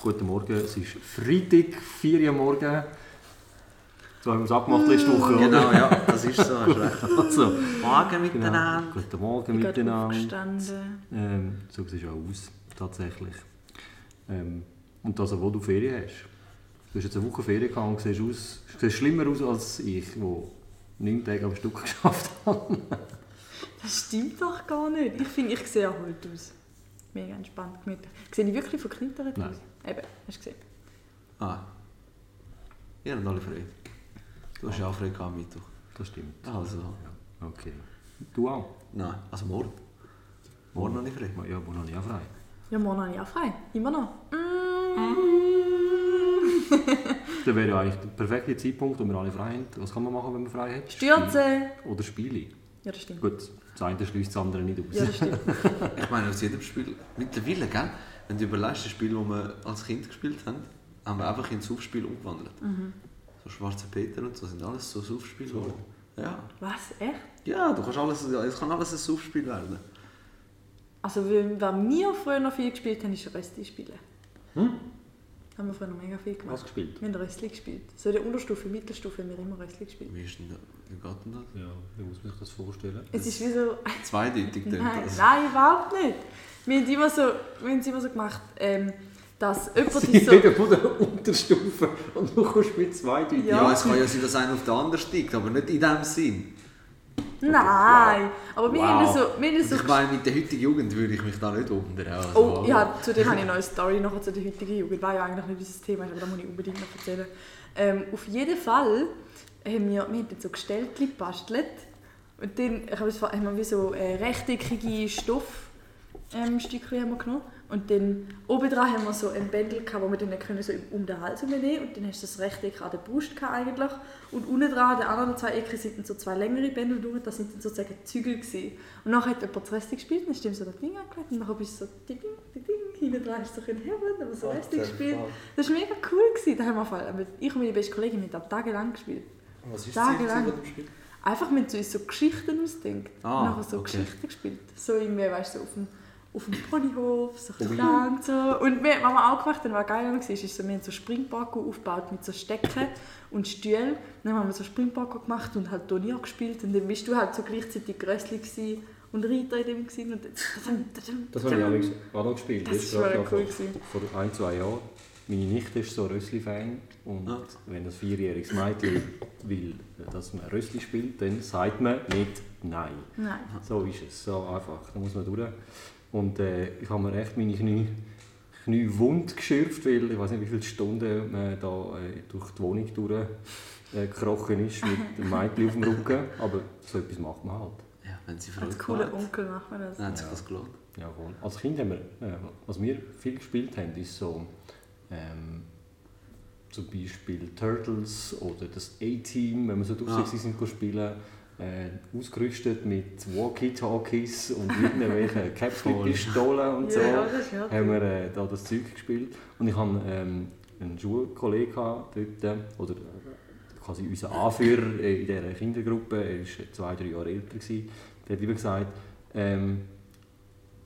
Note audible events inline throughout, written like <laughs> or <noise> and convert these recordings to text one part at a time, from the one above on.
Guten Morgen, es ist Freitag, 4 Uhr morgen. So haben wir es abgemacht letzte Woche, oder? Genau, ja, das ist so. Hast recht. Also, Morgen genau. miteinander. Guten Morgen Ich bin gerade miteinander. aufgestanden. Ähm, so sieht es auch aus, tatsächlich. Ähm, und das, obwohl du Ferien hast. Du hast jetzt eine Woche Ferien gehabt und siehst, aus, siehst schlimmer aus als ich, wo neun Tage am Stück <laughs> geschafft habe. Das stimmt doch gar nicht. Ich finde, ich sehe auch heute aus. Mega entspannt, gemütlich. Sehe ich wirklich verknittert Nein. aus? Eben, hast du gesehen. Ah. Ihr habt alle frei. Du hast ja auch frei gehabt am Mittwoch. Das stimmt. Also, Okay. Du auch? nein, also morgen. Morgen noch nicht frei. Ja, wo noch nicht frei. Ja, morgen habe ich auch frei. Immer noch. Mm. Ah. Das wäre ja eigentlich der perfekte Zeitpunkt, wo wir alle frei haben. Was kann man machen, wenn man frei hat? Stürze! Spielen. Oder Spiele. Ja, das stimmt. Gut, das eine schließt das andere nicht aus. Ja, das stimmt. Ich meine, aus jedem Spiel, mittlerweile, gell? wenn du überlegst, das Spiel, das wir als Kind gespielt haben, haben wir einfach in Saufspiel umgewandelt. So Schwarze Peter und so sind alles so Saufspiele geworden. Ja. Was? Echt? ja, du kannst alles, es kann alles ein Saufspiel werden. Also, wenn- wenn wir früher noch viel gespielt haben, ist Rösti spielen. Haben wir früher noch mega viel gemacht. Hm? Was gespielt? Wir haben Röstli gespielt. So in der Unterstufe, Mittelstufe haben wir immer Röstli gespielt. Wie ist denn das? Wie geht denn das? Ja, wie muss man sich das vorstellen? Es ist wie so... Zweideutig tönt Nein, das. nein, überhaupt nicht. Wir haben es immer so, wir haben es immer so gemacht, ähm, <laughs> dass jemand Sie dich so... reden von der Unterstufe und du kommst mit zwei Leuten. Ja. Ja. es kann ja sein, dass einer auf den anderen steigt, aber nicht in dem Sinn. Nein, aber wir Wow. haben so... Wir haben Und so ich meine, mit der heutigen Jugend würde ich mich da nicht wundern. Also, oh, ja, zu dem habe ich noch eine Story nachher zu der heutigen Jugend, war ja eigentlich nicht unser Thema, ist, aber das muss ich unbedingt noch erzählen. Ähm, auf jeden Fall haben wir, wir haben dann so Gestellte gebastelt und dann ich habe es- haben wir wie so äh, rechteckige Stoff ähm, Stückchen haben wir genommen. Und dann obendrauf haben wir so ein Bändel, gehabt, wo wir dann können so um den Hals umnehmen Und dann hast du das Rechteck an der Brust gehabt eigentlich. Und unten dran, an den anderen zwei Ecken, sind dann so zwei längere Bändel durch. Das sind dann sozusagen Zügel gewesen. Und nachher hat jemand das Reste gespielt, dann hast du ihm so das Ding angelegt. Und nachher bist du so ding, ding, ding. Hinten dran hast du so ein Hebel, dann haben wir so Ach, das Reste der gespielt. Fall. Das war mega cool. Gewesen. Da haben wir auf jeden Fall, also ich und meine beste Kollegin haben da tagelang gespielt. Was ist Tage das Ziel lang. von dem Spiel? Einfach mit uns so Geschichten ausdenkt. Ah, und nachher so okay. Geschichten gespielt. So irgendwie, weißt du, so auf dem, auf dem Ponyhof, so ein bisschen da und so. Und wir, was wir auch gemacht haben, was geil war, ist, ist so, wir haben so Springparkour aufgebaut mit so Stecken und Stühlen. Und dann haben wir so Springparkour gemacht und halt Turnier gespielt. Und dann bist du halt so gleichzeitig Grössli gewesen und Reiter in dem gewesen. Und Das habe ich allerdings auch noch gespielt. Das Jetzt ist gerade mega vor- cool gewesen. Vor ein, zwei Jahren. Meine Nichte ist so ein Rössli-Fan. Und Ah. wenn ein vierjähriges Mädchen will, dass man Rössli spielt, dann sagt man nicht Nein. Nein. So ist es, so einfach. Da muss man durch. Und äh, ich habe mir echt meine Knie, Knie wund geschürft, weil ich weiß nicht, wie viele Stunden man da äh, durch die Wohnung durchgekrochen ist mit dem Mädchen auf dem Rücken. Aber so etwas macht man halt. Ja, wenn sie Freude Als cooler macht, Onkel macht man das. Dann hat sich das gelohnt. Jawohl. Als Kind haben wir, äh, was wir viel gespielt haben, ist so ähm, zum Beispiel Turtles oder das A-Team, wenn wir so Ah. durchsichtig sind, gehen spielen. Äh, ausgerüstet mit Walkie-Talkies und <laughs> irgendwelchen Capsule-Pistolen und so. Ja, ja, das ist ja haben wir äh, da das Zeug gespielt. Und ich hatte ähm, einen Schulkollegen gehabt dort, äh, oder äh, quasi unser Anführer äh, in dieser Kindergruppe, er war zwei, drei Jahre älter, gewesen. der hat immer gesagt, ähm,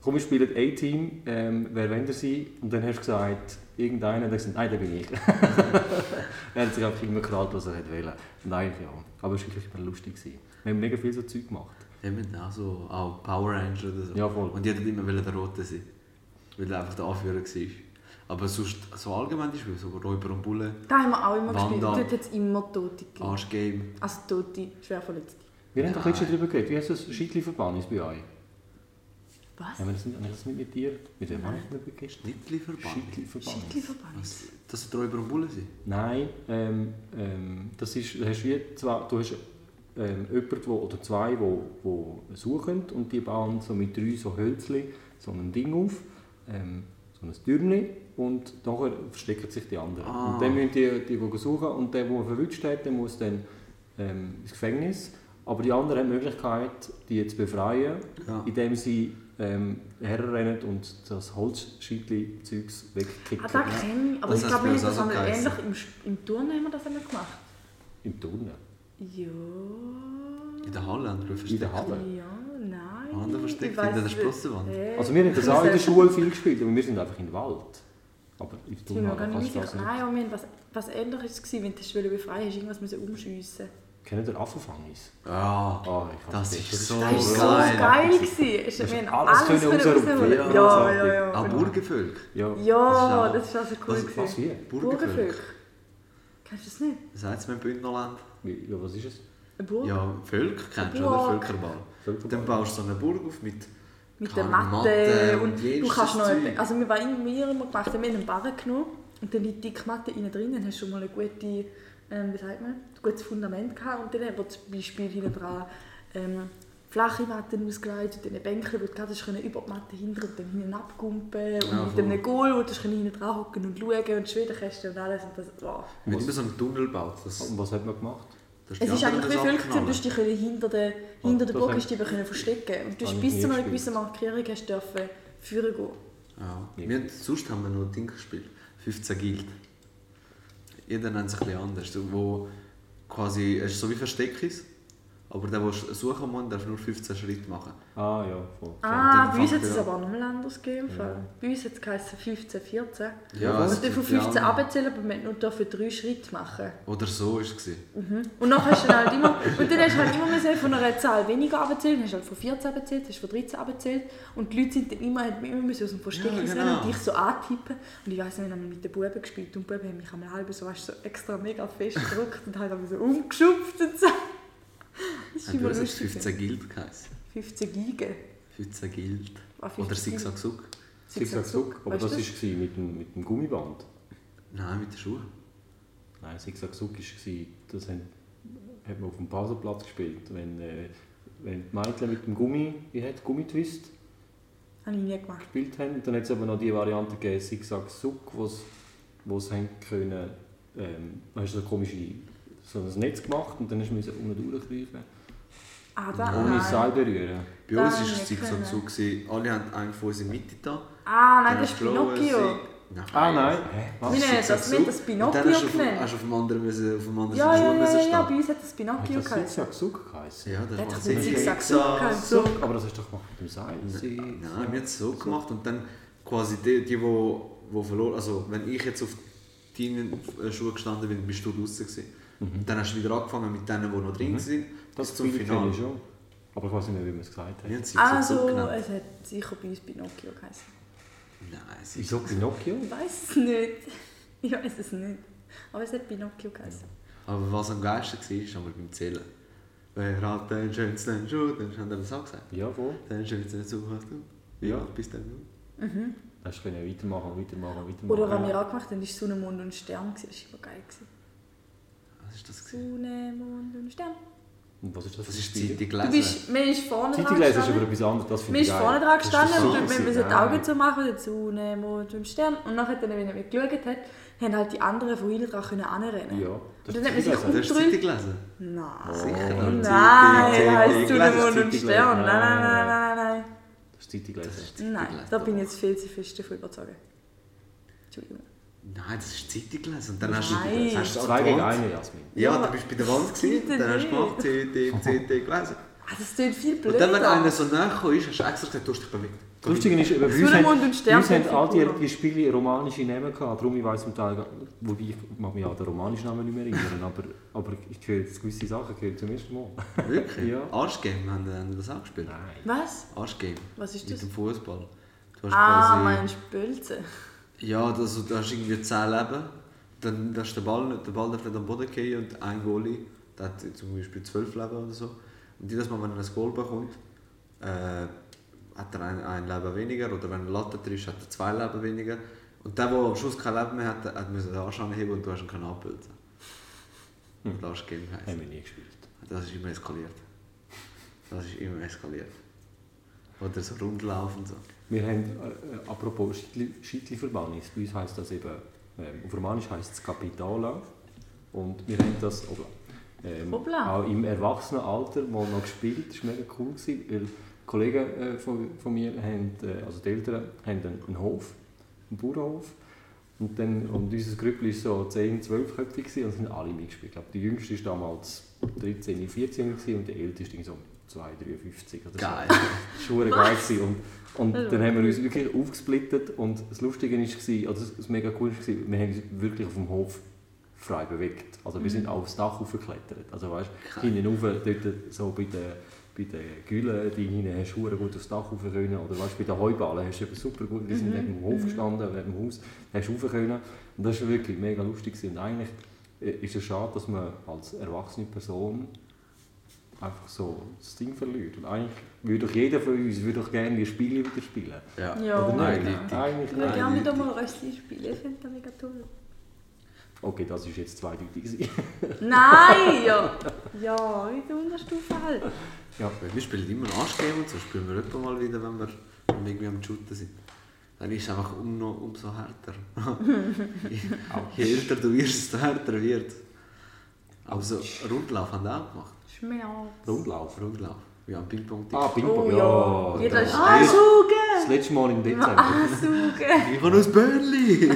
komm, wir spielen A-Team, ähm, wer wollt ihr sein? Und dann hast du gesagt, irgendeiner, und dann gesagt, nein, der bin ich. <laughs> er hat sich einfach immer getraut, was er hätte wollen. Nein, ja. Aber es war wirklich immer lustig. gewesen. Wir haben mega viel so Zeug gemacht. Eben auch so, auch Power Ranger oder so. Ja, voll. Und jeder immer wollte der Rote sein. Weil er einfach der Anführer war. Aber sonst, so allgemein die Spiele, so Räuber und Bulle, Da haben wir auch immer Wanda. gespielt. Dort hat es immer Tote gegeben. Ah. Arschgame. Also Tote, schwer verletzt. Wir haben doch Nein. letztens darüber geredet, wie heißt das Schiedli-Verbannis bei euch? Was? Haben wir das nicht, haben wir das nicht mit dir? Mit wem haben wir darüber geredet? Schnittli-Verband. Schiedli-Verbannis? Schickli-Verband. Was? Das sind Räuber und Bulle sind? Nein, ähm, ähm, das ist, du hast wie zwei, du hast ähm, jemanden wo, oder zwei, wo, wo suchen und die bauen so mit drei so Hölzchen so ein Ding auf, ähm, so ein Türmchen und nachher verstecken sich die anderen. Ah. Und dann müssen die, die gehen suchen und der, der verwünscht hat, der muss dann ähm, ins Gefängnis. Aber die anderen haben die Möglichkeit, die zu befreien, Ja. indem sie ähm, herrennen und das Holzscheitli-Zeugs wegkicken. Ah, da kenne ich. Aber Das ich hat glaube, bei uns wir haben das auch so einmal geheißen. ähnlich im, Sch- im Turnen haben wir das einmal gemacht. Im Turnen. Ja. In der Halle haben wir In versteckt. der Halle. Ja, nein. Haben wir Ah, versteckt ich weiss hinter der nicht. Sprossenwand? Äh, Also wir haben das auch in der ich muss Schule viel gespielt, aber wir sind einfach in den Wald. Aber in Ich bin mir Turnhalle gar nicht kannst du das sicher. nicht. Ah ja, Moment, was, was ähnliches war, wenn du dich befreien hast, irgendwas müssen umschiessen. Kennt ihr Affenfangis? Ja, Ah, ich Das hab's ist gestern- so Das war geil. so geil. gewesen. Das Wir ist haben alles alles können können rausholen. rausholen. Ja, ja, ja. Ja. auch Burgenvölk. Ja. Ja, Das das war also cool. Was- gewesen. Was wie? Burgenvölk. Kennst du das nicht? Was heißt man im Bündnerland? Wie- Ja, was ist es? Eine Burg? Ja, Völk kennst du, Burg. oder? Völkerball. Völkerball. Dann baust du so eine Burg auf mit Mit der Keine Matte Matte und und du jedes kannst noch Zeug. etwas- also wir waren wir immer gemacht, wir haben einen Barren genommen und dann liegt die dicke Matte innen drin, dann hast du schon mal eine gute, ähm, wie sagt man, ein gutes Fundament gehabt und dann haben wir zum Beispiel hinten dran ähm, flache Matten ausgelegt und dann Bänke, wo du gerade hast können über die Matte hinter und dann hinten abgumpen und Ja, mit voll. einem Goal, wo du hast können hinten dran hocken und schauen und Schwedenkästen und alles und das, wow. Wenn immer so einen Tunnel baut, das, Und was hat man gemacht? das Es ist eigentlich wie Völkerzimmer, du hast dich hinter der, hinter Ah, der das Burg hab- hast du dich können verstecken und du Hab hast ich bis nie zu einer gespielt. gewissen Markierung hast dürfen, führen gehen. Ja. Wir, haben- sonst haben wir nur Ding gespielt. 15 Gild. Jeder nennt es ein bisschen anders. so Wo quasi, es ist so wie Versteckis, aber der, der suchen muss, darf nur 15 Schritte machen. Ah ja, voll. Ah, dann bei uns fuck hat es ja. aber nochmal anders gegeben. im Fall. Ja. Bei uns hat es geheißen 15, 14. Ja, Wir es dürfen von gibt ja 15 auch- abzählen, aber wir nur dürfen drei Schritte machen. Oder so war es. Und dann hast du dann <laughs> halt immer, und dann hast du halt immer müssen von einer Zahl weniger abzählen, hast halt von 14 abzählt, hast von 13 abzählt und die Leute sind dann immer, haben immer müssen aus dem Versteck Ja, rausrennen genau. und dich so antippen. Und ich weiss nicht, wir haben mit den Buben gespielt und die Buben haben mich einmal halb so, weißt, du, so extra mega fest gedrückt und halt einmal so umgeschupft und so. Das ist Haben wir immer es lustig. 15 Gild geheißen. 15 Gigen. 15 Gild. Ah, 15 Oder Gild. Zigzag-Zug. Zickzack-Zuck. Aber Weißt das du war mit dem, mit dem Gummiband. Nein, mit den Schuhen. Nein, Zickzack-Zuck war, das haben, hat man auf dem Pausenplatz gespielt. Wenn, äh, wenn die Mädchen mit dem Gummi, wie hat Gummitwist Habe ich nie gemacht. gespielt haben. Dann hat es aber noch die Variante gegeben, Zickzack-Zuck, wo sie- wo sie haben können, ähm, hast du so komische, so ein Netz gemacht und dann musst du müssen unten durchgreifen. Ah, da, Ohne das Seil nein. berühren. Bei Da uns war haben es wir können. Zigzag-Zug. gewesen. Alle haben einen von uns in die Mitte da. Ah, nein, das Dann ist flohen Pinocchio. sie- Nein. also, Ah nein! Hä, was? Wir nennen das- wir haben das Und dann hast du Pinocchio auf dem- genannt. Hast du auf dem anderen müssen, auf dem anderen Ja, ja, Stuhl ja, müssen ja, ja, bei stehen. uns hat das Pinocchio Hat das geheißen. Zickzack-Zuck geheißen? Ja, das Der hat war doch sehr mit Zigzag fix. Zug gehabt. Zuck, aber das hast du doch gemacht mit dem Seil. Nein, wir haben es so gemacht und dann quasi die, die, die, die verloren, also wenn ich jetzt auf deinen äh, Schuhe gestanden bin, bist du draußen gewesen. Und dann hast du wieder angefangen mit denen, die noch drin Mhm. sind, Das bis zum zum Finale Finale. schon. Aber ich weiß nicht mehr, wie man es gesagt hat. Wir haben sie Also, so genau. genannt. es hat sicher bei uns Pinocchio geheißen. Nein, sie Wieso Pinocchio? Ich weiß es nicht. <laughs> Ich weiß es nicht. Aber es hat Pinocchio geheißen. Aber was am geilsten war, ist einmal beim Zählen. Wer hat den schönsten Schuh? Dann haben wir das auch gesagt. Ja, wo? Den schönsten Schuh hast du. Ja. Ja, bis dann. Da hast du können weitermachen, weitermachen, weitermachen. Oder wenn wir angemacht haben, war Sonne, Mond und Stern. gewesen. Das war immer geil. gewesen. Was ist das? gewesen? Sonne, Mond und Stern. Und was ist das? Das ist Spiel? die Zeitung Du gelesen. bist, man ist vorne dran Zeitung lesen Also, ist aber gestanden. etwas anderes. Das finde Man ich ist geil. vorne dran gestanden so und wenn man gewesen? so die Nein. Augen zu machen, dann Sonne, Mond und Stern. Und nachher, dann, wenn man mitgeschaut hat, haben halt die anderen von hinten dran können anrennen. Ja. Und Das dann ist hat man die Zeitung. Du sich hast die Zeitung gelesen? Nein. Sicher. Oh. Zeitung, Nein, Zeitung, da heißt Zeitung du der gelesen, Mond und Zeitung gelesen. Stern. Nein, nein, nein, Nein, nein, nein. Das ist die Zeitung Das gelesen. ist die Zeitung Nein, gelesen. da bin ich jetzt viel zu fest davon überzogen. Entschuldigung. Nein, das ist die Zeitung gelesen. Und dann hast du Nein. die- hast du Zwei an die gegen Wand- einen, Jasmin. Ja, dann bist du bei der <laughs> Wand gewesen, Bitte dann hast du nicht. gemacht, CT, <laughs> CT gelesen. Ah, das klingt viel blöder. Und dann, wenn einer so nahe gekommen ist, hast du extra gesagt, du hast dich bewegt. Das Lustige ist, eben, bei uns Sonne, Mond und haben, bei Stern uns haben sind all die, Figuren. die Spiele romanische Namen gehabt. Darum ich weiss zum Teil, gar- wobei ich mag mich an den romanischen Namen nicht mehr erinnern, aber, aber ich höre jetzt gewisse Sachen höre ich zum ersten Mal. Wirklich? Ja. Arschgame haben haben wir das auch gespielt. Nein. Was? Arschgame. Was ist Mit das? dem Fußball. Du hast Ah, quasi. meinst du Bölze? Ja, also, du hast irgendwie 10 Leben. Dann darfst du den Ball nicht, der Ball darf nicht am Boden gehen und ein Goalie, der hat zum Beispiel 12 Leben oder so. Und jedes Mal, wenn er ein Goal bekommt, äh, hat er ein, ein Leben weniger. Oder wenn er Latte trifft, hat er zwei Leben weniger. Und der, der am Schluss kein Leben mehr hat, hat müssen den Arsch anheben und du hast ihn können abbilden. Hm. Last Game heisst. Haben wir nie gespielt. Das ist immer eskaliert. Das ist immer eskaliert. Oder so rundlaufen und so. Wir haben, äh, äh, apropos Scheitli- Scheitli-Verbannis, bei uns heisst das eben, ähm, auf Romanisch heisst es Capitala. Und wir haben das obla, ähm, Obla. auch im Erwachsenenalter mal noch gespielt. Das war mega cool, gewesen, weil Kollegen äh, von, von mir, haben, äh, also die Eltern, haben einen, einen Hof, einen Bauernhof. Und, dann, und unser Grüppel war so 10, 12 Köpfe gewesen und sind alle mitgespielt. Ich glaube, die jüngste war damals 13, 14 gewesen und der älteste war so um 2, 53 oder so. Geil. Das war verdammt geil. gewesen. Und, und dann haben wir uns wirklich aufgesplittet und das Lustige war, also das- das mega cool war, wir haben uns wirklich auf dem Hof frei bewegt. Also wir sind aufs Dach hochgeklettert. Also weißt du, hinten rauf, dort so bei den bei den Gülen, die hinten hast du verdammt gut aufs Dach rauf können. Oder weißt, bei den Heuballen hast du eben super gut, die sind Mhm, neben dem Hof gestanden, neben dem Haus, hast du rauf können. Und das war wirklich mega lustig. gewesen. Und eigentlich äh, ist es schade, dass man als erwachsene Person einfach so das Ding verliert. Und eigentlich würde doch jeder von uns würde doch gerne die Spiele wieder spielen. Ja. Ja. Oder Nein, nicht? die- Eigentlich Ich würde nicht. gerne wieder mal Rössli spielen, ich finde das mega toll. Okay, das ist jetzt zweideutig. gewesen. Nein! Ja, ja in der Unterstufe halt. <laughs> ja. Weil Wir spielen immer Arsch Game und so spielen wir etwa mal wieder, wenn wir wenn wir irgendwie am Shooten sind. Dann ist es einfach um, umso härter. je, je älter du wirst, desto härter wird es. Aber so Rundlauf haben wir auch gemacht. Schmerz. Rundlauf. Rundlauf. Wie am Ping-Pong-Tisch. Ah, Oh Ping-Pong, ja. ja. Jeder ist das, das Ansuchen! letzte Mal im <laughs> Dezember. Ansuchen! Ich kann aus Börli!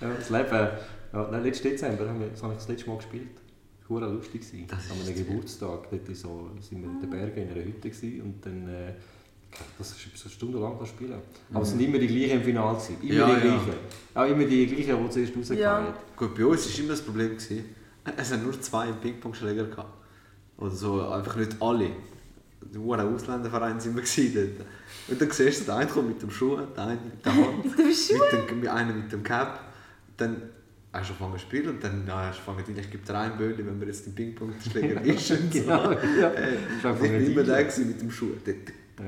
Ja, das Leben. äh, Ja, nein, letzten Dezember haben wir, das habe ich das letzte Mal gespielt. Das war verdammt lustig. gewesen. Das ist an einem es. Geburtstag. Dort in so, sind wir in den Bergen in einer Hütte gewesen und dann. Äh, das ist so eine Stunde lang kann spielen. Aber es sind immer die gleichen im Finale. gewesen. Immer Mhm. Ja, die ja. gleichen. Auch immer die gleichen, die zuerst rausgekommen Ja. Gut, bei uns war immer das Problem, gewesen, <laughs> es hatten nur zwei im Ping-Pong-Schläger. gehabt. Oder so, einfach nicht alle. Die Huren Ausländerverein sind wir gewesen dort. Und dann siehst du, der eine kommt mit dem Schuh, der eine mit der Hand, <laughs> Mit dem Schuh? mit dem, mit einer mit dem Cap. Dann hast du angefangen zu spielen und dann ja, hast du angefangen, ich gebe dir ein Böli, wenn wir jetzt den Ping-Pong-Schläger <laughs> ist. Und <laughs> so. Genau, ja. Äh, Ist einfach ich bin nicht immer der eingeschlagen. gewesen mit dem Schuh. Dort. Ja.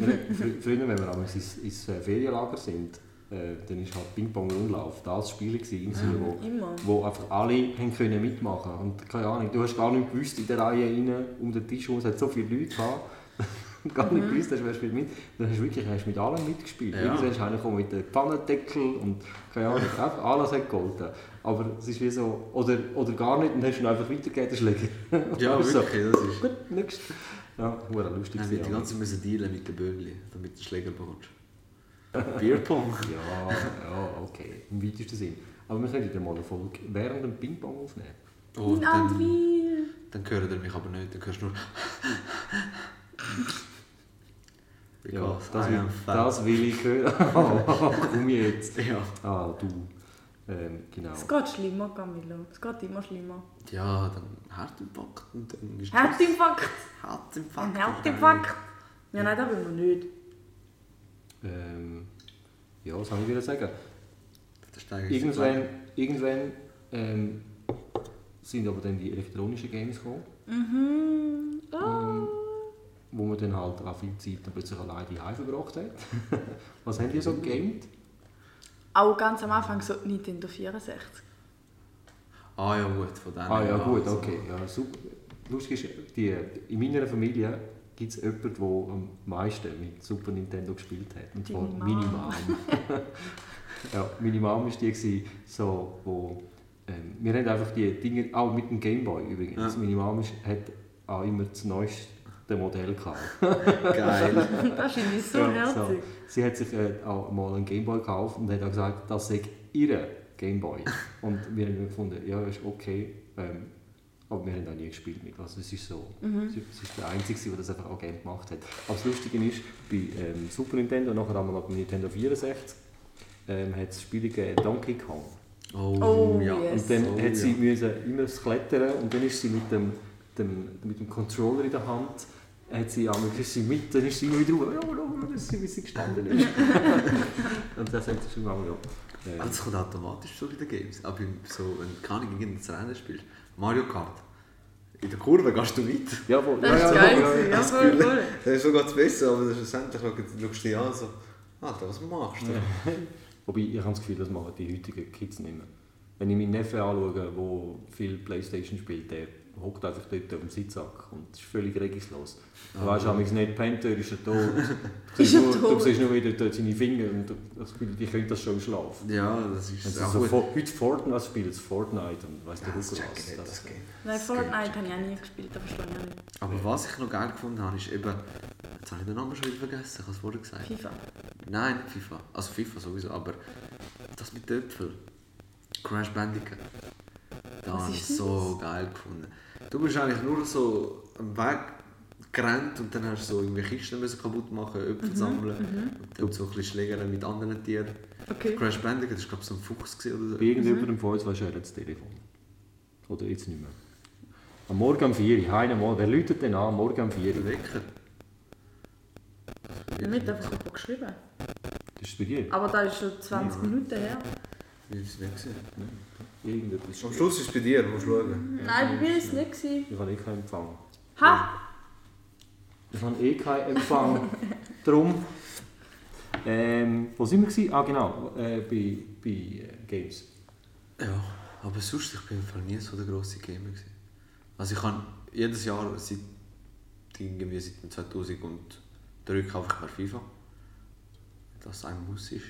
Fr- Früher, wenn wir damals ins, ins äh, Ferienlager sind, äh, dann war halt Ping-Pong-Rundlauf das Spiel, gewesen, im Sinne, Mhm. wo, Immer. wo einfach alle haben können mitmachen konnten. Und keine Ahnung, du hast gar nicht gewusst, in der Reihe rein, um den Tisch herum, es hat so viele Leute gehabt. <laughs> gar nicht gewusst, hast, wer spielt mit. Dann hast du wirklich hast mit allem mitgespielt. Mhm. Ja. Irgendwann ist einer gekommen mit dem Pfannendeckel und keine <laughs> Ahnung, einfach alles hat geholfen. Aber es ist wie so, oder, oder gar nicht, dann hast du ihn einfach weitergegeben, den <laughs> Schläger. Ja, <laughs> Oder so. wirklich, das ist. Gut, nächstes. Ja, war lustig. Nein, gewesen, wir mussten die aber- ganze Zeit müssen dealen mit dem Böli, damit du den Schläger <laughs> bekommst. Bierpong. Ja, ja, okay. Im weitesten Sinn. Aber wir könnten dann mal eine Folge während dem Ping-Pong aufnehmen. Oh, In dann, Antwil! dann hören ihr mich aber nicht, dann hörst du nur. <laughs> Ja, Because das I will, am fat. das will ich hören. <laughs> Oh, Komm jetzt. Ja. Ah, du. Ähm, genau. Es geht schlimmer, Camillo. Es geht immer schlimmer. ja, dann Herzinfarkt und dann ist Herzinfarkt! Ein Herzinfarkt. Herzinfarkt! Ja, nein, das will man nicht. Ähm, ja, was soll ich wieder sagen? Da steige ich jetzt Irgendwann, irgendwann ähm, sind aber dann die elektronischen Games gekommen, Mhm. Ah. wo man dann halt auch viel Zeit dann plötzlich alleine heim verbracht hat. <laughs> was haben die so gegamed? Auch ganz am Anfang so Nintendo 64. Ah ja, gut, von denen. Ah ja, gut, also. okay. Ja, super. Lustig ist, die, in meiner Familie gibt es jemanden, der am meisten mit Super Nintendo gespielt hat. Und Die zwar Mama. meine Mom. <laughs> ja, meine Mom war die, gewesen, so, wo, ähm, wir haben einfach die Dinge, auch mit dem Gameboy übrigens, Ja. meine Mom ist, hat auch immer das neueste Modell gehabt. <laughs> Geil. <laughs> Das finde ich so Ja, so. herzig. Sie hat sich äh, auch mal einen Gameboy gekauft und hat auch gesagt, das sei ihre Gameboy. und wir haben gefunden, ja, ist okay. Ähm, aber wir haben auch nie gespielt mit was. Es ist so. Es ist- es ist der Einzige, der das einfach auch gerne gemacht hat. Aber das Lustige ist, bei ähm, Super Nintendo, und nachher einmal noch bei Nintendo 64, ähm, hat es Spiele gegeben, Donkey Kong. Oh, Oh, ja. yes. Und dann Oh, hat sie ja. müssen immer das klettern und dann ist sie mit dem, dem, mit dem Controller in der Hand hat sie ja ist sie mit, dann ist sie immer wieder hoch, ja, ja, dass sie, wie sie gestanden <laughs> ist. und das hat sie schon mal ja. Aber das kommt automatisch so bei den Games. Aber im- so, wenn du keine gegen das Rennen spielst, Mario Kart. In der Kurve gehst du weit. Ja, wohl. Das ist ja, geil. ja, gewesen. Ja, das voll, Gefühl. voll. Das ist so ganz besser, aber schlussendlich schaust du dich an so, Alter, was machst du? Wobei, ich habe das Gefühl, das machen die heutigen Kids nicht mehr. Wenn ich meinen Neffen anschaue, der viel Playstation spielt, der hockt einfach dort auf dem Sitzsack und ist völlig regungslos. Ah, Du weißt auch nicht, pennt er, ist er tot. Du siehst <laughs> Ist er nur, du tot? siehst nur wieder dort seine Finger und du- das Gefühl, die können das schon im Schlaf. Ja, das ist Wenn also sie so auch gut. Fo- heute Fortnite spielst, Fortnite und weißt du, Ja, ja, das was. check ich nicht, Das das Game. Nein, Fortnite habe ich auch nie gespielt, das verstehe ich auch nicht. Aber was ich noch geil gefunden habe, ist eben Jetzt habe ich den Namen schon wieder vergessen, ich habe es vorher gesagt. FIFA. Nein, nicht FIFA. Also FIFA sowieso, aber das mit den Äpfeln. Crash Bandicoot. Das Was habe ich ist denn so geil gefunden. Du bist eigentlich nur so am Weg gerannt und dann hast du so irgendwie Kisten müssen kaputt machen, Äpfel Mhm, sammeln und dann so ein bisschen Schlägerei mit anderen Tieren. Okay. Crash Bandicoot war glaube ich so ein Fuchs gewesen oder Bei so. irgendjemandem von uns wäschst du das Telefon. Oder jetzt nicht mehr. Am Morgen um 4 Uhr, heim Morgen. Wer läutet denn an? Morgen um 4 Der Uhr. Wecker. Damit einfach kaputt geschrieben. Das ist bei dir. Aber da ist schon 20 Minuten her. Wie ist es nicht gewesen? Irgendetwas. Am Schluss ist es bei dir, musst du schauen. Nein, bei mir war es nicht. gewesen. Ich habe eh keinen Empfang. Ha! Ich habe eh keinen <laughs> Empfang. Drum. Ähm, wo sind wir? Gewesen? Ah, genau. Äh, bei bei äh, Games. Ja, aber sonst, ich bin im Fall nie so der grosse Gamer gewesen. Also ich kann jedes Jahr seit irgendwie seit dem 2003 kaufe ich mir FIFA. Das ein Muss ist.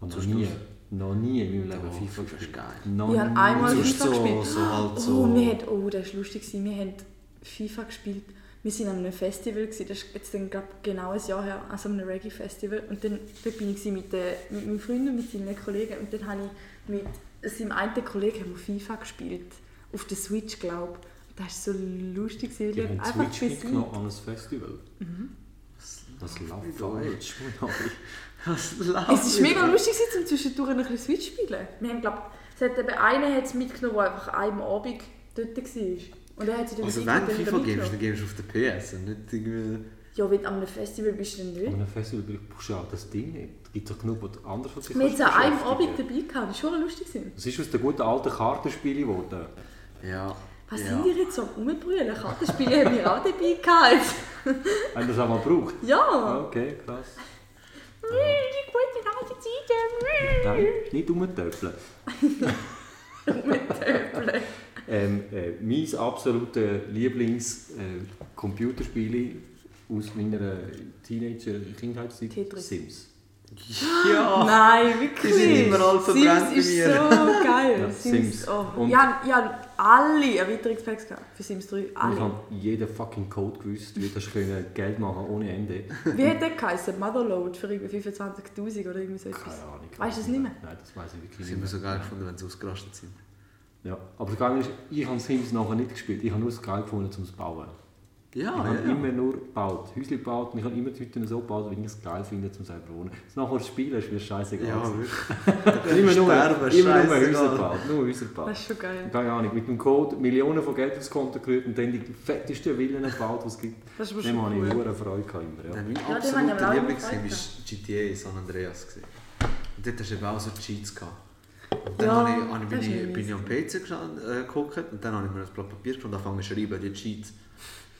Und noch sonst nie, aus- noch nie in meinem Leben Doch, FIFA FIFA ist gespielt. geil. Noch Ich habe nie. einmal sonst FIFA so- gespielt. so halt Oh, so- wir haben, oh, das war lustig. gewesen. Wir haben FIFA gespielt. Wir waren an einem Festival, gewesen. das ist jetzt dann, glaub, genau ein Jahr her, also an einem Reggae-Festival. Und dann dort bin ich gewesen mit, äh, mit meinem Freund und mit seinen Kollegen. Und dann habe ich mit seinem einen Kollegen haben wir FIFA gespielt. Auf der Switch, glaube ich. Das war so lustig. gewesen. Die Wir haben haben die einfach Mhm. Switch mitgenommen gespielt. an ein Festival. Das läuft falsch. <laughs> Das Es ist mega lustig, gewesen, um zwischendurch ein bisschen Switch zu spielen. Wir haben, glaub, es hat eben einen hat's mitgenommen, der einfach einmal Abend dort war. Und er hat sie dann Also mit wenn ihm du FIFA mitgenommen. gibst, dann gibst du auf der PS und nicht irgendwie... Ja, wenn du an einem Festival bist, dann An nicht. einem Festival brauchst du auch das Ding nicht. Es gibt doch genug was anderes, was dich Wir haben es an einem beschäftigen Abend dabei gehabt, das war schon lustig. gewesen. Es ist aus den guten alten Kartenspielen geworden. Ja. Was ja. sind ihr jetzt so am Rumbrüllen? Kartenspiele <laughs> haben wir auch dabei gehabt. Haben das auch mal gebraucht? Ja! Okay, krass. Die guten alten Zeiten. Nein, nicht umtöpfeln. Mit <laughs> Ähm, äh, mein absoluter Lieblings-Computerspiel aus meiner Teenager-Kindheitszeit Tetris. Sims. Ja. Oh. <gasps> Nein, wirklich. Die sind immer alle verbrannt Sims ist bei mir. so geil. Ja, Sims. Sims. Oh. Und- Ja, ja, alle Erweiterungspacks gehabt für Sims 3. Und Ich Alle. habe jeden fucking Code gewusst, wie das können Geld machen ohne Ende. Wie hat der geheißen? Motherload für irgendwie 25.000 oder irgendwie so etwas. Keine Ahnung. Weißt du das nicht mehr? Nein, das weiß ich wirklich Das nicht sind wir mehr. so geil gefunden, wenn sie ausgerastet sind. Ja, aber das Geile ist, ich habe Sims nachher nicht gespielt. Ich habe nur das Geil gefunden, um es zu bauen. Ja, Ah, ich habe ja, ja. immer nur gebaut, Häuschen gebaut und ich habe immer die Hütten so gebaut, wie ich es geil finde, um selber zu wohnen. Das nachher spielen ist mir scheißegal. Ja, gewesen. wirklich. <laughs> immer nur, Sterben, immer nur Häuser scheißegal. gebaut, nur Häuser gebaut. Das ist schon geil. Keine Ahnung, mit dem Code Millionen von Geld aufs Konto gerührt und dann die fettesten Villen gebaut, die es gibt. Das ist aber Dem schon habe ich cool. nur Freude gehabt, immer. Ja. Ja. Mein Ja, den habe ich absoluter aber auch Liebling gefragt, war GTA San Andreas. gewesen. Und dort hast du eben auch so Cheats gehabt. Und dann Ja, habe ich, habe ich, das ist bin, ich, ja bin ich am PC geschaut, äh, geguckt und dann habe ich mir das Blatt Papier genommen und angefangen zu schreiben, die Cheats.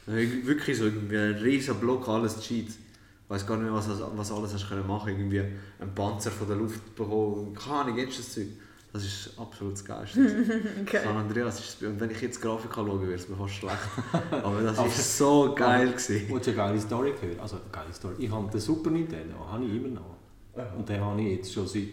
Äh, Wirklich so irgendwie ein riesen Block, alles Cheats. Ich weiß gar nicht mehr, was, was alles hast du können machen Irgendwie einen Panzer von der Luft bekommen, keine Ahnung, kennst du das Zeug. Das ist absolut das Geilste. San Andreas ist das, und wenn ich jetzt die Grafik anschaue, wäre es mir fast <laughs> schlecht. Aber das Aber- war so geil. Gewesen. Ich wollte eine geile Story hören. Also, eine geile Story. Ich habe den Super Nintendo, habe ich immer noch. Und den habe ich jetzt schon seit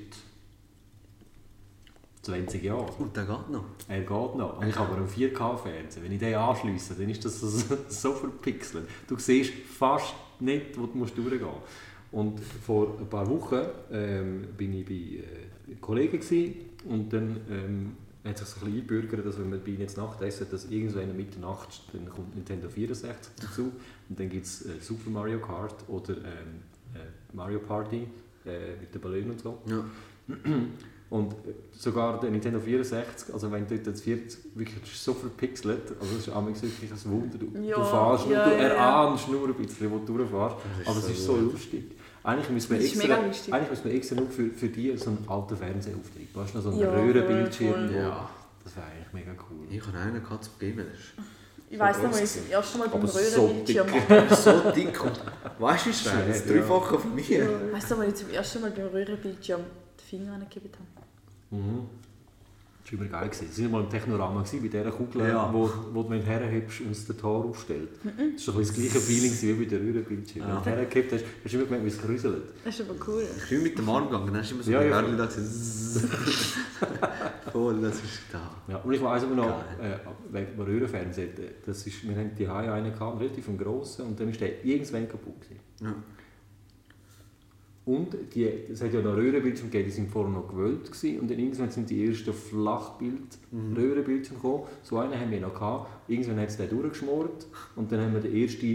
20 Jahren. Und der geht noch. Er geht noch. Und ich habe aber einen 4K-Fernseher. Wenn ich den anschliesse, dann ist das so, <laughs> so verpixelt. Du siehst fast nicht, wo du musst durchgehen musst. Und vor ein paar Wochen ähm, bin ich bei äh, Kollegen gewesen, und dann ähm, hat sich so ein bisschen eingebürgert, dass wenn wir bei ihnen jetzt Nacht essen, dass irgendwann in der Nacht dann kommt Nintendo 64 dazu und dann gibt es äh, Super Mario Kart oder ähm, äh, Mario Party äh, mit den Ballonen und so. Ja. Und äh, sogar der Nintendo 64, also wenn du dort das 40 wirklich das ist so verpixelt, also das ist amigs wirklich ein Wunder. Du, Ja, du fährst ja, nur, du ja, ja. erahnst nur ein bisschen, wo du durchfährst. ist Aber es so ist so gut. lustig. Eigentlich müssen wir Das ist extra, mega lustig. eigentlich müssen wir extra nur für, für die so einen alten Fernseher auftreten. Weißt du, noch so einen Ja, voll, Röhrenbildschirm. voll. wo- Ja. Das wäre eigentlich mega cool. Ich habe einen gehabt zum Gamen. das Ich weiss noch, als ich das erste Mal beim Aber so Röhrenbildschirm dick. ist <laughs> So dick und. Weißt du, ist schwer. Das Ja. Dreifache von mir. Weißt du, als ich zum ersten Mal beim Röhrenbildschirm den Finger reingegeben habe? Mhm. Das war immer geil. gewesen. Sie waren mal im Technorama, gewesen, bei dieser Kugel, Ja. wo, wo du, wenn du herhebst und es den Tor aufstellt. Mhm. Das war ein bisschen das gleiche Feeling wie bei der Röhrenbildschirm. Ja. Wenn du hergehebt hast, hast du immer gemerkt, wie es gruselt. Das ist aber cool. Ich bin mit dem Arm gegangen, dann hast du immer so Ja, ein ja. Hörli da gesehen. <laughs> Voll, das ist da. Ja, und ich weiß aber noch, äh, wegen dem Röhrenfernseher, das ist, wir hatten die Haie einen, gehabt, einen relativ einen grossen, und dann ist der irgendwann kaputt. Gewesen. Ja. Und die, es hat ja noch Röhrenbildschirme gegeben, die sind vorher noch gewölbt gewesen, und dann irgendwann sind die ersten Flachbild-Röhrenbildschirme gekommen. So einen haben wir noch gehabt. Irgendwann hat es den durchgeschmort und dann haben wir den ersten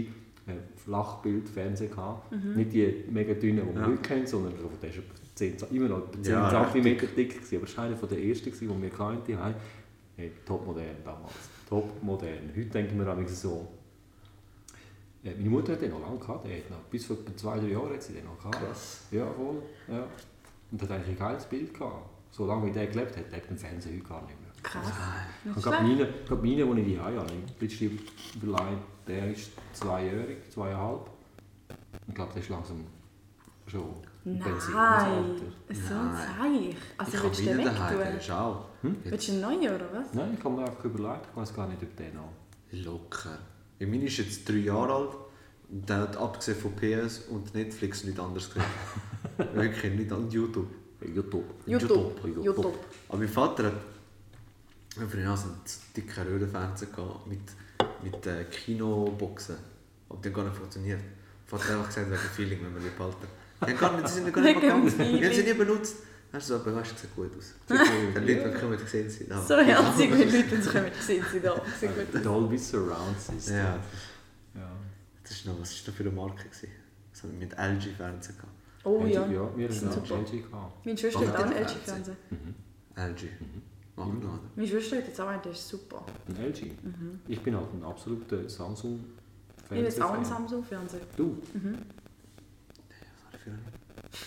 äh, Flachbild-Fernseher gehabt. Nicht die mega dünnen, die wir Ja. heute kennen, sondern also, der ist etwa 10, Z- immer noch etwa 10 Ja, cm dick gewesen. Aber es war einer von den ersten, gewesen, die wir hatten. die Haie. Hey, topmodern damals. Topmodern. Heute denken wir manchmal so. Äh, Meine Mutter hat den noch lange gehabt, der hat noch, bis vor etwa zwei, drei Jahren hat sie den noch gehabt. Krass. Ja, voll. Ja. Und hat eigentlich ein geiles Bild gehabt. So lange wie der gelebt hat, der hat den Fernseher heute gar nicht mehr. Krass. Nicht Und schlecht. gerade meine, gerade meine, die ich die habe, letztens überlegt, der ist zweijährig, zweieinhalb. Ich glaube, der ist langsam schon Nein, so ein Zeich. Ich Also kann willst du den wieder daheim, der wegtun? ist auch. Willst du einen neuen oder was? Nein, Ne, ich habe mir einfach überlegt, ich weiß gar nicht, ob der noch. Locker. Ich meine, ist jetzt drei Jahre alt und der hat abgesehen von PS und Netflix nichts anderes gekriegt. Wirklich, nicht an YouTube. YouTube. YouTube. YouTube. YouTube. Aber mein Vater hat ja, früher hatte einen dicken Röhrenfernseher gehabt mit, mit äh, Kinoboxen. Aber die haben gar nicht funktioniert. Mein Vater hat einfach gesagt, wegen Feeling, wenn wir die behalten. Die haben gar nicht, die sind gar nicht Wegen dem gegangen. Die haben sie nie Feeling. Ah. benutzt. Er so, aber weißt du, sieht gut aus. Wenn die Leute, die kommen, sehen sie. da. So herzig, wie Leute uns kommen, sehen sie da. <laughs> Sehr gut. Dolby Surround System. Ja, Ja. das ist noch, was ist das für eine Marke? Gewesen? Das haben wir mit LG-Fernseher gehabt. Oh ja. ja, wir sind haben super. einen LG gehabt. Meine Schwester hat auch einen Warte, LG-Fernseher. Mhm. LG. Mhm. Machen wir noch einen. Meine Schwester hat jetzt auch einen, der ist super. Ein LG. Ich bin halt ein absoluter Samsung Mhm. Ich habe jetzt auch einen Fernsehfan. Samsung-Fernseher. Mhm. Du? Was habe ich für einen? <laughs>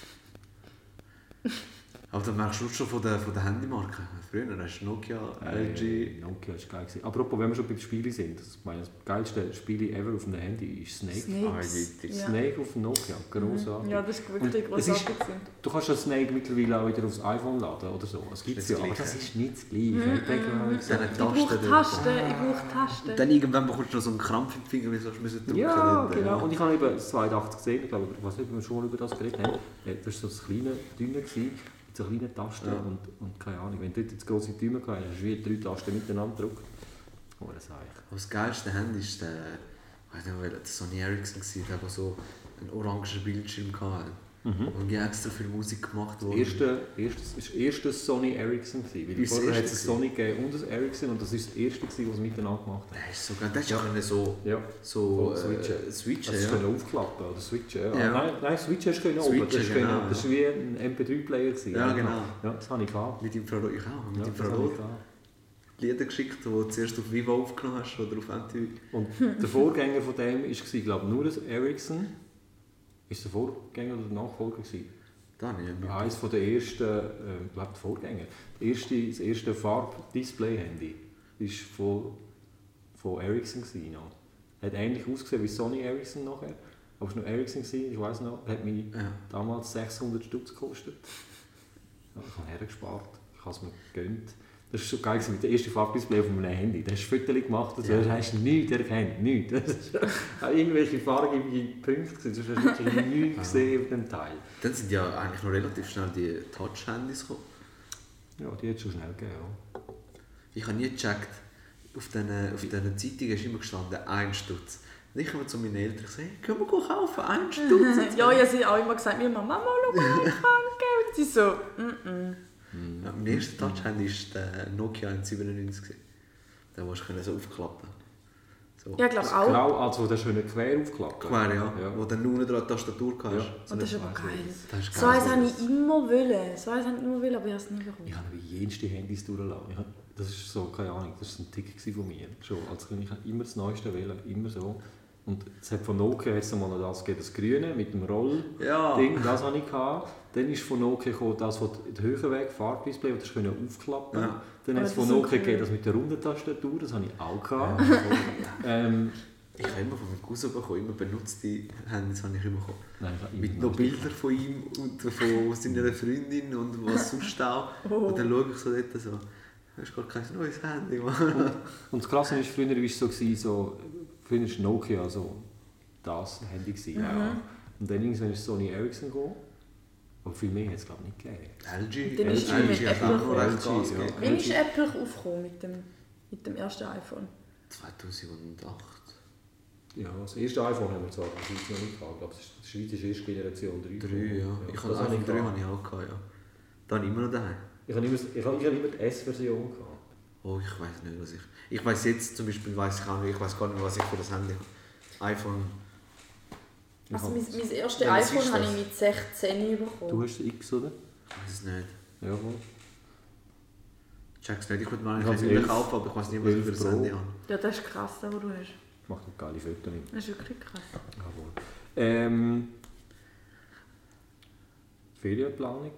Aber dann merkst du schon von der, von der Handymarke. Früher hast du Nokia, Äh, LG. Nokia ist geil gewesen. Apropos, wenn wir schon bei den Spielen sind, das, meine, das geilste Spiel ever auf dem Handy ist Snake. Snake, Snakes. Alter, Ja. Mhm. auf dem Nokia, großartig. Ja, das ist wirklich Und es ist- großartig. gewesen. Du kannst ja Snake mittlerweile auch wieder aufs iPhone laden oder so. Es gibt Das es ja, ist das aber Gleiche. das ist nicht das Gleiche. Mhm, Ich denke, ja, Mit diesen Ich brauche Tasten dort. Tasten, ich brauche Und Tasten. dann irgendwann bekommst du noch so einen Krampf im Finger, wie du müssen äh, drücken Ja, dort, genau. Und ich habe eben das 82 gesehen, ich glaube, ich weiß nicht, ob wir schon über das geredet haben. Äh, Das war so ein kleiner, dünner, gewesen, mit so kleinen Tasten Ja. und, und keine Ahnung. Wenn du dort jetzt grosse Tümer gehabt hast, hast du wie drei Tasten miteinander gedrückt. Oh, das sage ich. Aber das geilste Handy ist der, ich weiß nicht, welcher, der Sony Ericsson gewesen, der, der so einen orangen Bildschirm hatte. Und ich habe extra viel Musik gemacht. Mhm. Das Wurde. erste, erstes, ist das erste Sony Ericsson. Gewesen, weil Ist das vorher hat es erste ein Sony gegeben und ein Ericsson und das ist das erste, gewesen, was sie miteinander gemacht haben. Der ist so geil. Der ist ja so, Ja. so Oh, switchen. Äh, Das switchen ist ja. können aufklappen oder switchen. Ja. Ja. Nein, nein, switchen ist können oben. Switchen, Das ist, können, genau, das ist wie ein MP3-Player. gewesen. Ja, genau. Ja, das habe ich gehabt. Mit Infrarot, ich auch. Ja, Mit das habe Infrarot. ich gehabt. Lieder geschickt, die du zuerst auf Viva aufgenommen hast oder auf MTV. Und der Vorgänger von dem war, glaube ich, nur ein Ericsson. Ist der Vorgänger oder der Nachfolger? Gewesen? Da nicht mehr. Eines der ersten, äh, glaube der Vorgänger. Der erste, das erste Farb-Display-Handy ist von, von Ericsson. Gewesen noch. Hat ähnlich ausgesehen wie Sony Ericsson nachher. Aber es war noch Ericsson, gewesen, ich weiß noch. Hat mich Ja. damals 600 Stutz gekostet. Ja, ich habe hergespart, ich habe es mir gegönnt. Das war so geil, gewesen, mit der ersten Farbdisplay auf meinem Handy. Da hast du Fotos gemacht und so, da hast du nichts erkannt, <laughs> nichts. Das ist auch irgendwelche farbigen Punkte, gewesen, sonst hast du wirklich nichts gesehen auf dem Teil. Dann sind ja eigentlich noch relativ schnell die Touch-Handys gekommen. Ja, die hat es schon schnell gegeben, ja. Ich habe nie gecheckt, auf diesen auf diesen Zeitungen ist immer gestanden, ein Stutz. Und ich komme zu meinen Eltern und sage, hey, können wir gut kaufen, ein Stutz. <laughs> Ja, ja, sie hat auch immer gesagt, mir Mama, Mama, schau mal, ich kann geben. Und sie so, mm -mm. Ja, mein erster Touch-Handy war der Nokia 197. Den musst du so aufklappen so. Ja, ich glaube auch. Genau, also das schöne Quer aufklappen. Quer, ja. Ja. Wo dann unten dran die Tastatur hast. Ja. Und das ist aber geil. Das ist So geil. eins wollte ich immer. Wollen. So eins wollte ich immer, wollen, aber ich habe es nie bekommen. Ich habe wie jenste Handys durchgelassen. Ich hab- Das ist so, keine Ahnung, das war ein Tick gewesen von mir. Schon als Kind, ich habe immer das Neueste wählen, immer so. Und es hat von Nokia jetzt mal noch das gegeben, das Grüne mit dem Roll. Ja. Ding, das hatte ich. Gehabt. Dann ist von Nokia gekommen, das, was den Höhenweg, Farbdisplay, das konntest du aufklappen Ja. Dann Aber hat es das von ist so Nokia cool. gegeben, das mit der runden Tastatur, das hatte ich auch. Gehabt. ähm, Ich habe immer von meinem Cousin bekommen, immer benutzte Handys habe ich immer bekommen. nein, ich habe immer Mit noch noch- Bildern von ihm <laughs> Oh. und von seiner Freundin und was sonst auch. Und dann schaue ich so dort so, Du hast gar kein neues Handy, Mann. Und das Krasse ist, früher war es so, gewesen, so früher war Nokia so das Handy. Gewesen, Mhm. ja. Und dann irgendwann ist Sony Ericsson gekommen. Und viel mehr hat es, glaube ich, nicht gegeben. LG. Dann ist LG, die hat Apple auch noch recht gekommen. Gas gegeben. Wann ist Apple aufgekommen mit dem, mit dem ersten iPhone? 2008. Ja, das erste iPhone haben wir zwar in der Schweiz noch nicht gehabt. Ich glaube, die Schweiz ist erst Generation 3. Drei, ja. Ich hatte Oh, das iPhone 3 gehabt. habe ich auch gehabt, ja. Dann immer noch daheim. Ich habe immer, ich habe, ich habe immer die S-Version gehabt. Oh, ich weiß nicht, was ich. Ich weiß jetzt zum Beispiel, weiß ich auch nicht, ich weiß gar nicht, was ich für das Handy habe. iPhone. Ich Also habe- mein, mein erstes Ja, was iPhone ist habe ich das? mit 16 bekommen. Du hast X, oder? Ich weiß es nicht. Ja. Check's nicht. Ich würde mir Ich eigentlich habe nicht elf. kaufen, aber ich weiß nicht, was ich Elf für das Pro. Handy habe. Ja, das ist krass, das, was du hast. Macht eine geile Fotos. Das ist wirklich krass. Jawohl. Ähm, Ferienplanung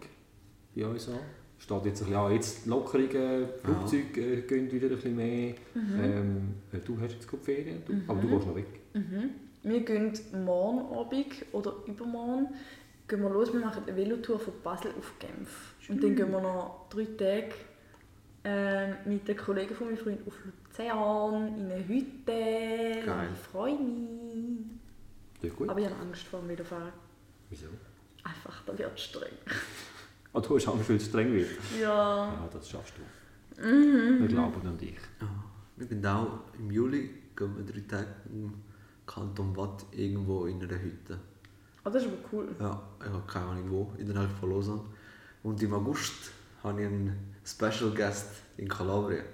bei uns an. Steht jetzt ein bisschen an, jetzt Lockerungen, Flugzeuge äh, gehen wieder ein bisschen mehr. Ähm, äh, du hast jetzt gerade Ferien, du, aber du gehst noch weg. Mhm. Wir gehen morgen Abend oder übermorgen gehen wir los. Wir machen eine Velotour von Basel auf Genf. Und dann gehen wir noch drei Tage ähm, mit den Kollegen von meinem Freund auf Luzern, in eine Hütte. Geil. Ich freue mich. Das ist gut. Aber ich habe Angst vor dem Velofahren. Wieso? Einfach, da wird streng. <laughs> Ah, du hast Angst, weil es streng wird. Ja. Ja, das schaffst du. Wir glauben an dich. Ja. Ah. Wir gehen auch im Juli gehen wir drei Tage im Kanton Watt irgendwo in einer Hütte. Oh, das ist aber cool. Ja, ich habe keine Ahnung wo, in der Nähe von Lausanne. Und im August habe ich einen Special Guest in Kalabrien.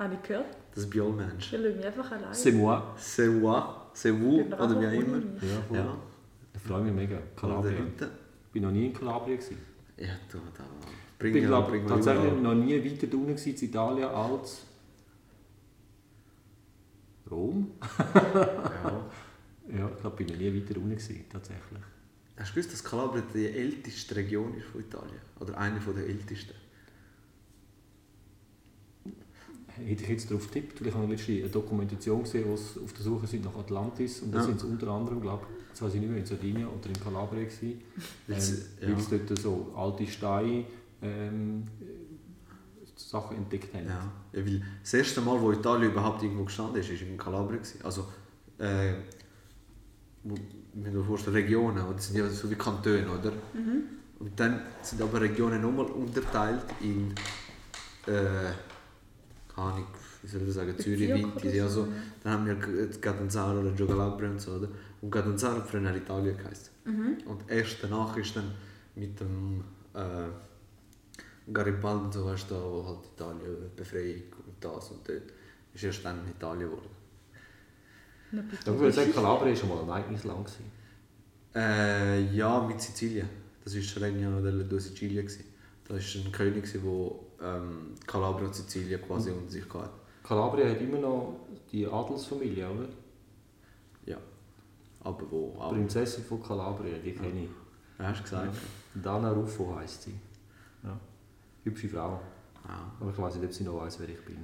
Habe ich gehört? Das ist Biolmensch. Ich lasse mich einfach allein. C'est moi. C'est moi, c'est vous Ich bin oder wie auch einfach immer. ohne mich. Ja, voll. Ja, Ich freue mich mega. in der Kalabrien. Hütte. Ich war noch nie in Kalabrien. gewesen. Ja, du, da. Ich Bring bin ja, glaub, bring mal tatsächlich rüber. noch nie weiter unten gewesen in Italien als Rom. Ja. Ja, ich glaube, ich bin noch nie weiter unten gewesen, tatsächlich. Hast du gewusst, dass Kalabrien die älteste Region ist von Italien? Oder eine von der ältesten? Hätte ich jetzt darauf tippt, weil ich habe letztens eine Dokumentation gesehen, wo sie auf der Suche sind nach Atlantis und da Ja. sind sie unter anderem, glaube ich, jetzt weiß ich nicht mehr, in Sardinien oder in Kalabrien gewesen, ähm, Weil sie- weil sie dort so alte Steine ähm, äh, Sachen entdeckt haben. Ja, ja, weil das erste Mal, wo Italien überhaupt irgendwo gestanden ist, ist in Kalabrien. gewesen. Also, äh, wo- wenn du dir vorstellst, Regionen, oder? das sind ja so wie Kantone, oder? Mhm. Und dann sind aber Regionen nochmal unterteilt in, äh, keine Ahnung, wie soll ich sagen, Zürich, also, Bezirk Vinti, oder ja so, so. ja. Dann haben wir jetzt Catanzaro oder Giogalabria und so, oder? Und Catanzaro hat früher Italien geheißen. Und erst danach ist dann mit dem äh, Garibaldi und so weißt du, wo halt Italien äh, Befreiung und das und dort ist erst dann Italien geworden. Na, bitte. Ja, Ich würde sagen, Kalabrien war schon mal ein eigenes Land. gewesen. Äh, ja, mit Sizilien. Das war Regno delle Due Sicilie. gewesen. Das war ein König, der ähm, Kalabrien und Sizilien quasi unter sich hatte. Kalabrien hat immer noch die Adelsfamilie, oder? Ja. Aber wo auch. Prinzessin von Kalabrien, die kenne ich. Hast du gesagt? Dana Ruffo heisst sie. Ja. Hübsche Frau. Ja. Aber ich weiß nicht, ob sie noch weiß, wer ich bin.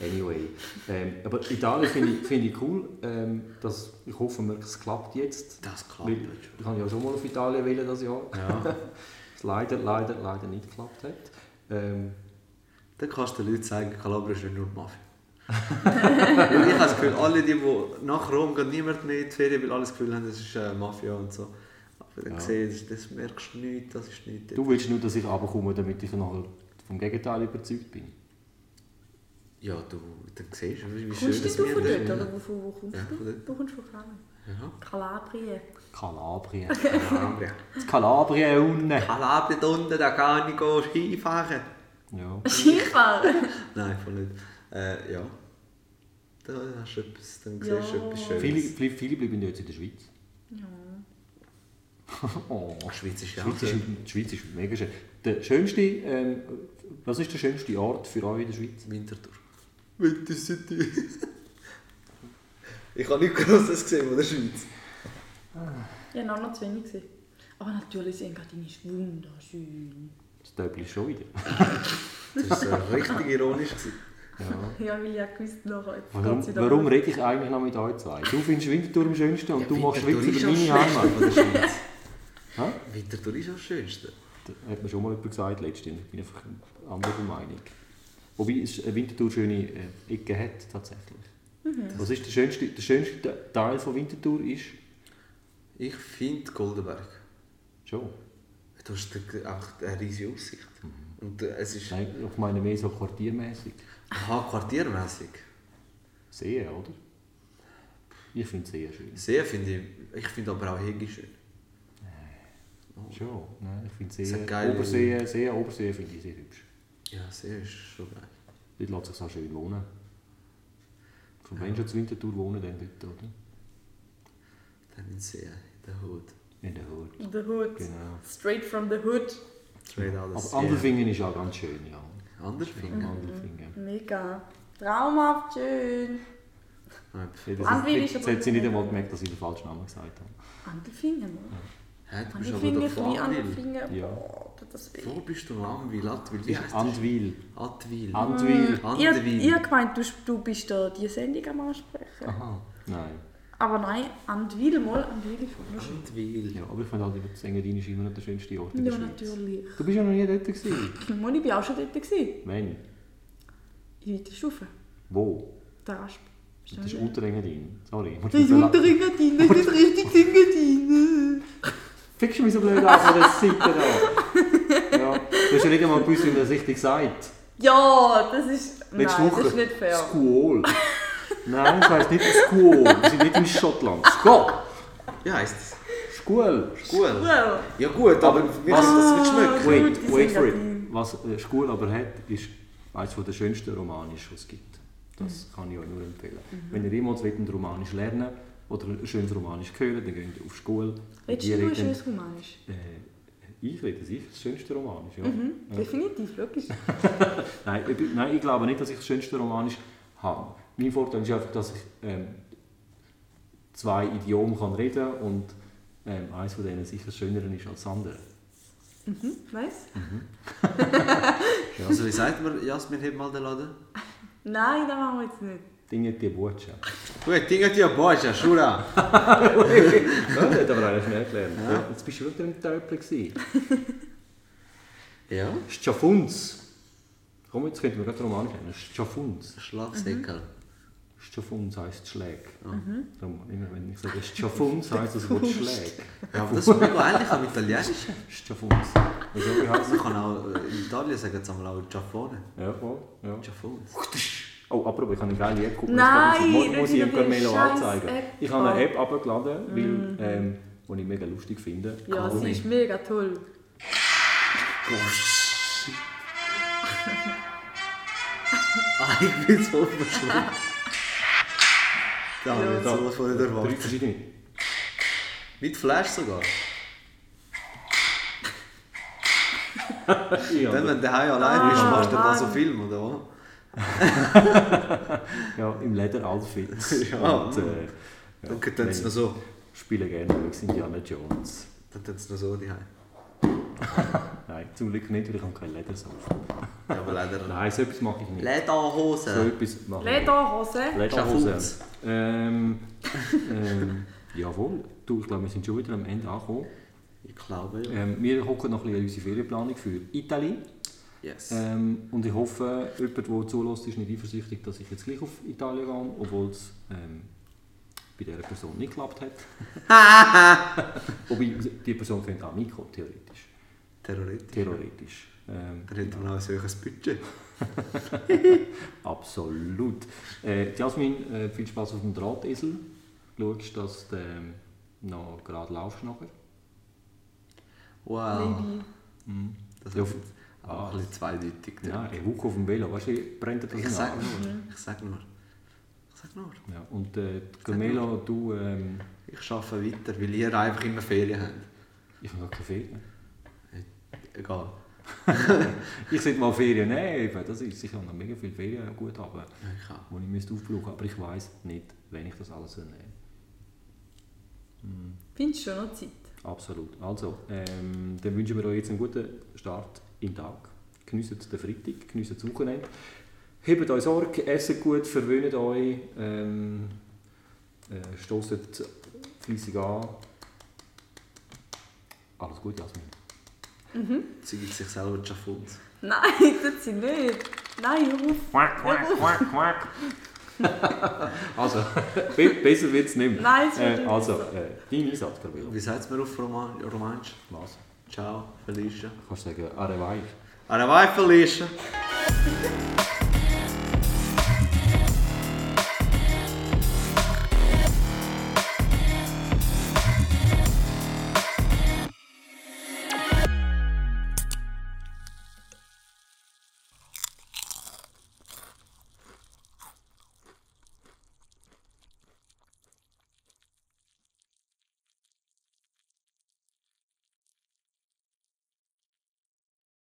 Anyway. Ähm, aber Italien finde ich, finde ich cool. Ähm, dass, ich hoffe, mir- es klappt jetzt. Das klappt. Weil, ich habe ja schon mal auf Italien wählen das Jahr. Ja. Es leider, leider, leider nicht geklappt hat. Ähm, Dann kannst du den Leuten zeigen, Kalabrien ist nicht nur die Mafia. <laughs> weil ich habe das Gefühl, alle, die, die nach Rom gehen, niemand mehr in die Ferien, weil alle das Gefühl haben, das ist äh, Mafia und so. Aber dann Ja. siehst du, das merkst du nicht, das ist nicht. du willst nur, dass ich runterkomme, damit ich nachher vom Gegenteil überzeugt bin. Ja, du, dann siehst du, wie schön Kommst das du von Meer dort? ist. Oder wovon- wo kommst Ja, von du? dort. Wo kommst du von Kalabrien? Ja, Kalabrien. <laughs> Kalabrien. Kalabrien. Das Kalabrien unten. Kalabrien da unten, da kann ich gehen, Skifahren. Ja. Skifahren? Nein, voll nicht. Äh, ja. Da hast du etwas, dann Ja. siehst du etwas Schönes. Viele, viele, viele bleiben jetzt in der Schweiz. <laughs> ja. Oh. Die Schweiz ist Die ja Schweiz, auch ist, die Schweiz ist mega schön. Der schönste, ähm, was ist der schönste Ort für euch in der Schweiz? Winterthur. Wintercity. <laughs> ich habe nichts Grosses gesehen von der Schweiz. Ich habe noch zu wenig gesehen. Aber natürlich, das Engadin ist Mhm. wunderschön. Das Döbel ist schon wieder. Das war richtig ironisch. <laughs> gewesen. Ja. Ja, weil ich ja gewusst nachher jetzt Warum, geht's wieder warum los. rede ich eigentlich noch mit euch zwei? Du findest Winterthur am schönsten und Ja, du machst Winterthur Witze ist über am meine schönsten Heimat. von der Schweiz. <laughs> Hä? Winterthur ist am schönsten. Das hat mir schon mal jemand gesagt letztens. Ich bin einfach anderer Meinung. Wobei es eine Winterthur schöne äh, Ecken hat, tatsächlich. Mhm. Was ist der schönste, der schönste Te- Teil von Winterthur? Ist Ich finde Goldenberg. schon. Du hast da einfach eine riesige Aussicht. Und äh, es ist Nein, ich meine mehr so quartiermäßig. aha, quartiermäßig. Sehr, oder? Ich finde es sehr schön. Sehr finde ich. Ich finde aber auch Hegi schön. Schon. Nein, ich finde Es sehr, hat geile- Obersee, sehr Obersee finde ich sehr hübsch. Ja, sehr ist schon geil. Dort lässt sich auch schön wohnen. Von wenn schon zu Winterthur wohnen, dann dort, oder? Dann in See, in der Hut. In der Hut. The Hood. Genau. Straight from the Hood. Straight out Aber Andelfingen ist auch ganz schön, ja. Anderfing. Andelfingen. Mega. Traumhaft schön. Ja, das Andelfingen ist, ist jetzt aber- hat sie nicht einmal gemerkt, dass ich den falschen Namen gesagt habe. Andelfingen, oder? Hä, du bist aber Andelfingen, der klein Fahrwil. Andelfingen. Ja. Boah, tut das weh. Wo bist du am Wil? Atwil? Wie Es ist heißt das? Antwil. Atwil. Antwil. Ihr, Andwil. ihr gemeint, du, du bist da die Sendung am Ansprechen. Aha. Nein. Aber nein, Andwil mal. Andwil ist wunderschön. Antwil. Ja, aber ich finde halt, das Engadin ist immer noch der schönste Ort in der Ja, Schweiz. natürlich. Du bist ja noch nie dort gewesen. Moni, ich war auch schon dort. gewesen. Nein. In weiter Stufe. Wo? Der Rasp. Bist du Das ist noch nicht? Unterengadin. Sorry. Das ist Unterengadin, das ist richtig Engadin. Fickst du mich so blöd an also von der Seite da? <laughs> Ja. Du hast ja nicht einmal gewusst, wie man das richtig sagt. Ja, das ist. Letzte nein, Woche. das ist nicht fair. Squall. Nein, das heisst nicht Squall. Wir sind nicht in Schottland. Squall. Wie heisst das? Squall. Gut. Wow. Ja gut, aber wir Was- können das nicht schmecken. Gut, Wait, die wait sind for it. Latin. Was äh, Schule aber hat, ist eines der schönsten Romanisch, die es gibt. Das Mhm. kann ich euch nur empfehlen. Wenn ihr jemals wollt, ein Romanisch lernen oder ein schönes Romanisch hören, dann geht ihr auf die Schule. Redest Die du ein reden- schönes Romanisch? Äh, ich rede sicher das schönste Romanisch, Mhm. ja. ja. Definitiv, logisch. Nein, ich, nein, ich glaube nicht, dass ich das schönste Romanisch habe. Mein Vorteil ist einfach, dass ich ähm, zwei Idiome kann reden kann und ähm, eines von denen sicher schöner ist als das andere. Mhm, nice. Also wie sagt man, Jasmin, heb mal den Laden. Nein, das machen wir jetzt nicht. Dinge, die Botschaft. <laughs> Gut, Dinge, die Boja, Schura. Ja, das hat aber eigentlich nicht gelernt. Ja. Jetzt bist du wieder im Töpfel. gewesen. Ja. Schafunz. Komm, jetzt könnten wir gerade Roman kennen. Schafunz. Schlafsäckel. Schafunz heisst Schläg. Darum, immer wenn ich sage Mhm. Schafunz, heisst das Wort Schläg. Ja, aber das ist mega ähnlich am Italienischen. Schafunz. Also, wie heisst Man kann auch, äh, in Italien sagen sie einmal auch Giaffone. es? Ja, voll. Ja. Giaffone. Oh, apropos, ich habe eine geile App geguckt. Nein, muss ich, das muss ist ich ihm natürlich Carmelo scheiß anzeigen. App. Mhm. Ich habe eine App abgeladen, weil, ähm, die ich mega lustig finde. Ja, sie ist mega toll. Ah, ich bin so verschluckt. Da habe ich jetzt alles von der Drei Wand. verschiedene. Mit Flash sogar. Ja, Dann, wenn du daheim allein bist, machst du da so Mann. Film, oder was? ja, im Leder-Outfit. <laughs> Ja. mhm. Und, äh, ja, Dann geht es noch so. spielen gerne übrigens Indiana Jones. Dann tun sie noch <laughs> so daheim. Nein, zum Glück nicht, weil ich habe kein Ledersofa. Ja, aber leider. Nein, so etwas mache ich nicht. So Lederhose. etwas mache ich nicht. Lederhose. Lederhose. Schaffhutz. Ähm, <laughs> ähm, jawohl, du, ich glaube, wir sind schon wieder am Ende angekommen. Ich glaube, ja. Ähm, wir hocken noch ein bisschen an unsere Ferienplanung für Italien. <laughs> Yes. Ähm, und ich hoffe, jemand, der zulässt, ist nicht eifersüchtig, dass ich jetzt gleich auf Italien gehe, obwohl es ähm, bei dieser Person nicht geklappt hat. Wobei, die Person könnte auch mitkommen, theoretisch. Terrorist. Theoretisch. Ähm, Dann hätten wir auch ein solches Budget. Absolut. Äh, Jasmin, äh, viel Spaß auf dem Drahtesel. Schaust, dass du ähm, noch gerade laufst nachher. Wow. Maybe. Das Ja, ist auf- aber ein bisschen zweideutig. ne? Ja, eine Woche auf dem Velo, weißt du, brennt dir das genau. in Ich den sag Arsch. nur. Ich sag nur. Ich sag nur. Ja, und äh, Camelo, du, ähm, Ich arbeite weiter, weil ihr einfach immer Ferien habt. ich habe noch ne? keine Ferien. Egal. Ich sollte mal Ferien nehmen, eben. das ist sicher noch mega viel Ferien gut haben, Ja, Ich auch. die ich müsste aufbrauchen aber ich weiß nicht, wenn ich das alles nehmen soll. Findest du schon noch Zeit? Absolut. Also, ähm, dann wünschen wir euch jetzt einen guten Start in den Tag. Geniessen den Freitag, geniessen das Wochenende. Hebt euch Sorge, essen gut, verwöhnt euch, ähm, äh, stoßt fleissig an. Alles gut, Jasmin. Sie gibt sich selber die Schaffund. Nein, <laughs> tut sie nicht. Nein, hör auf. Quack, <laughs> quack, quack, quack. <laughs> also, be- besser wird es nicht mehr. Nein, es wird äh, nicht also, besser. äh, dein Einsatz, Gabriel. Wie sagt man auf Roman Romanisch? Was? Ciao, Felicia. Kannst du sagen, Arevai? Arrivai, Felicia!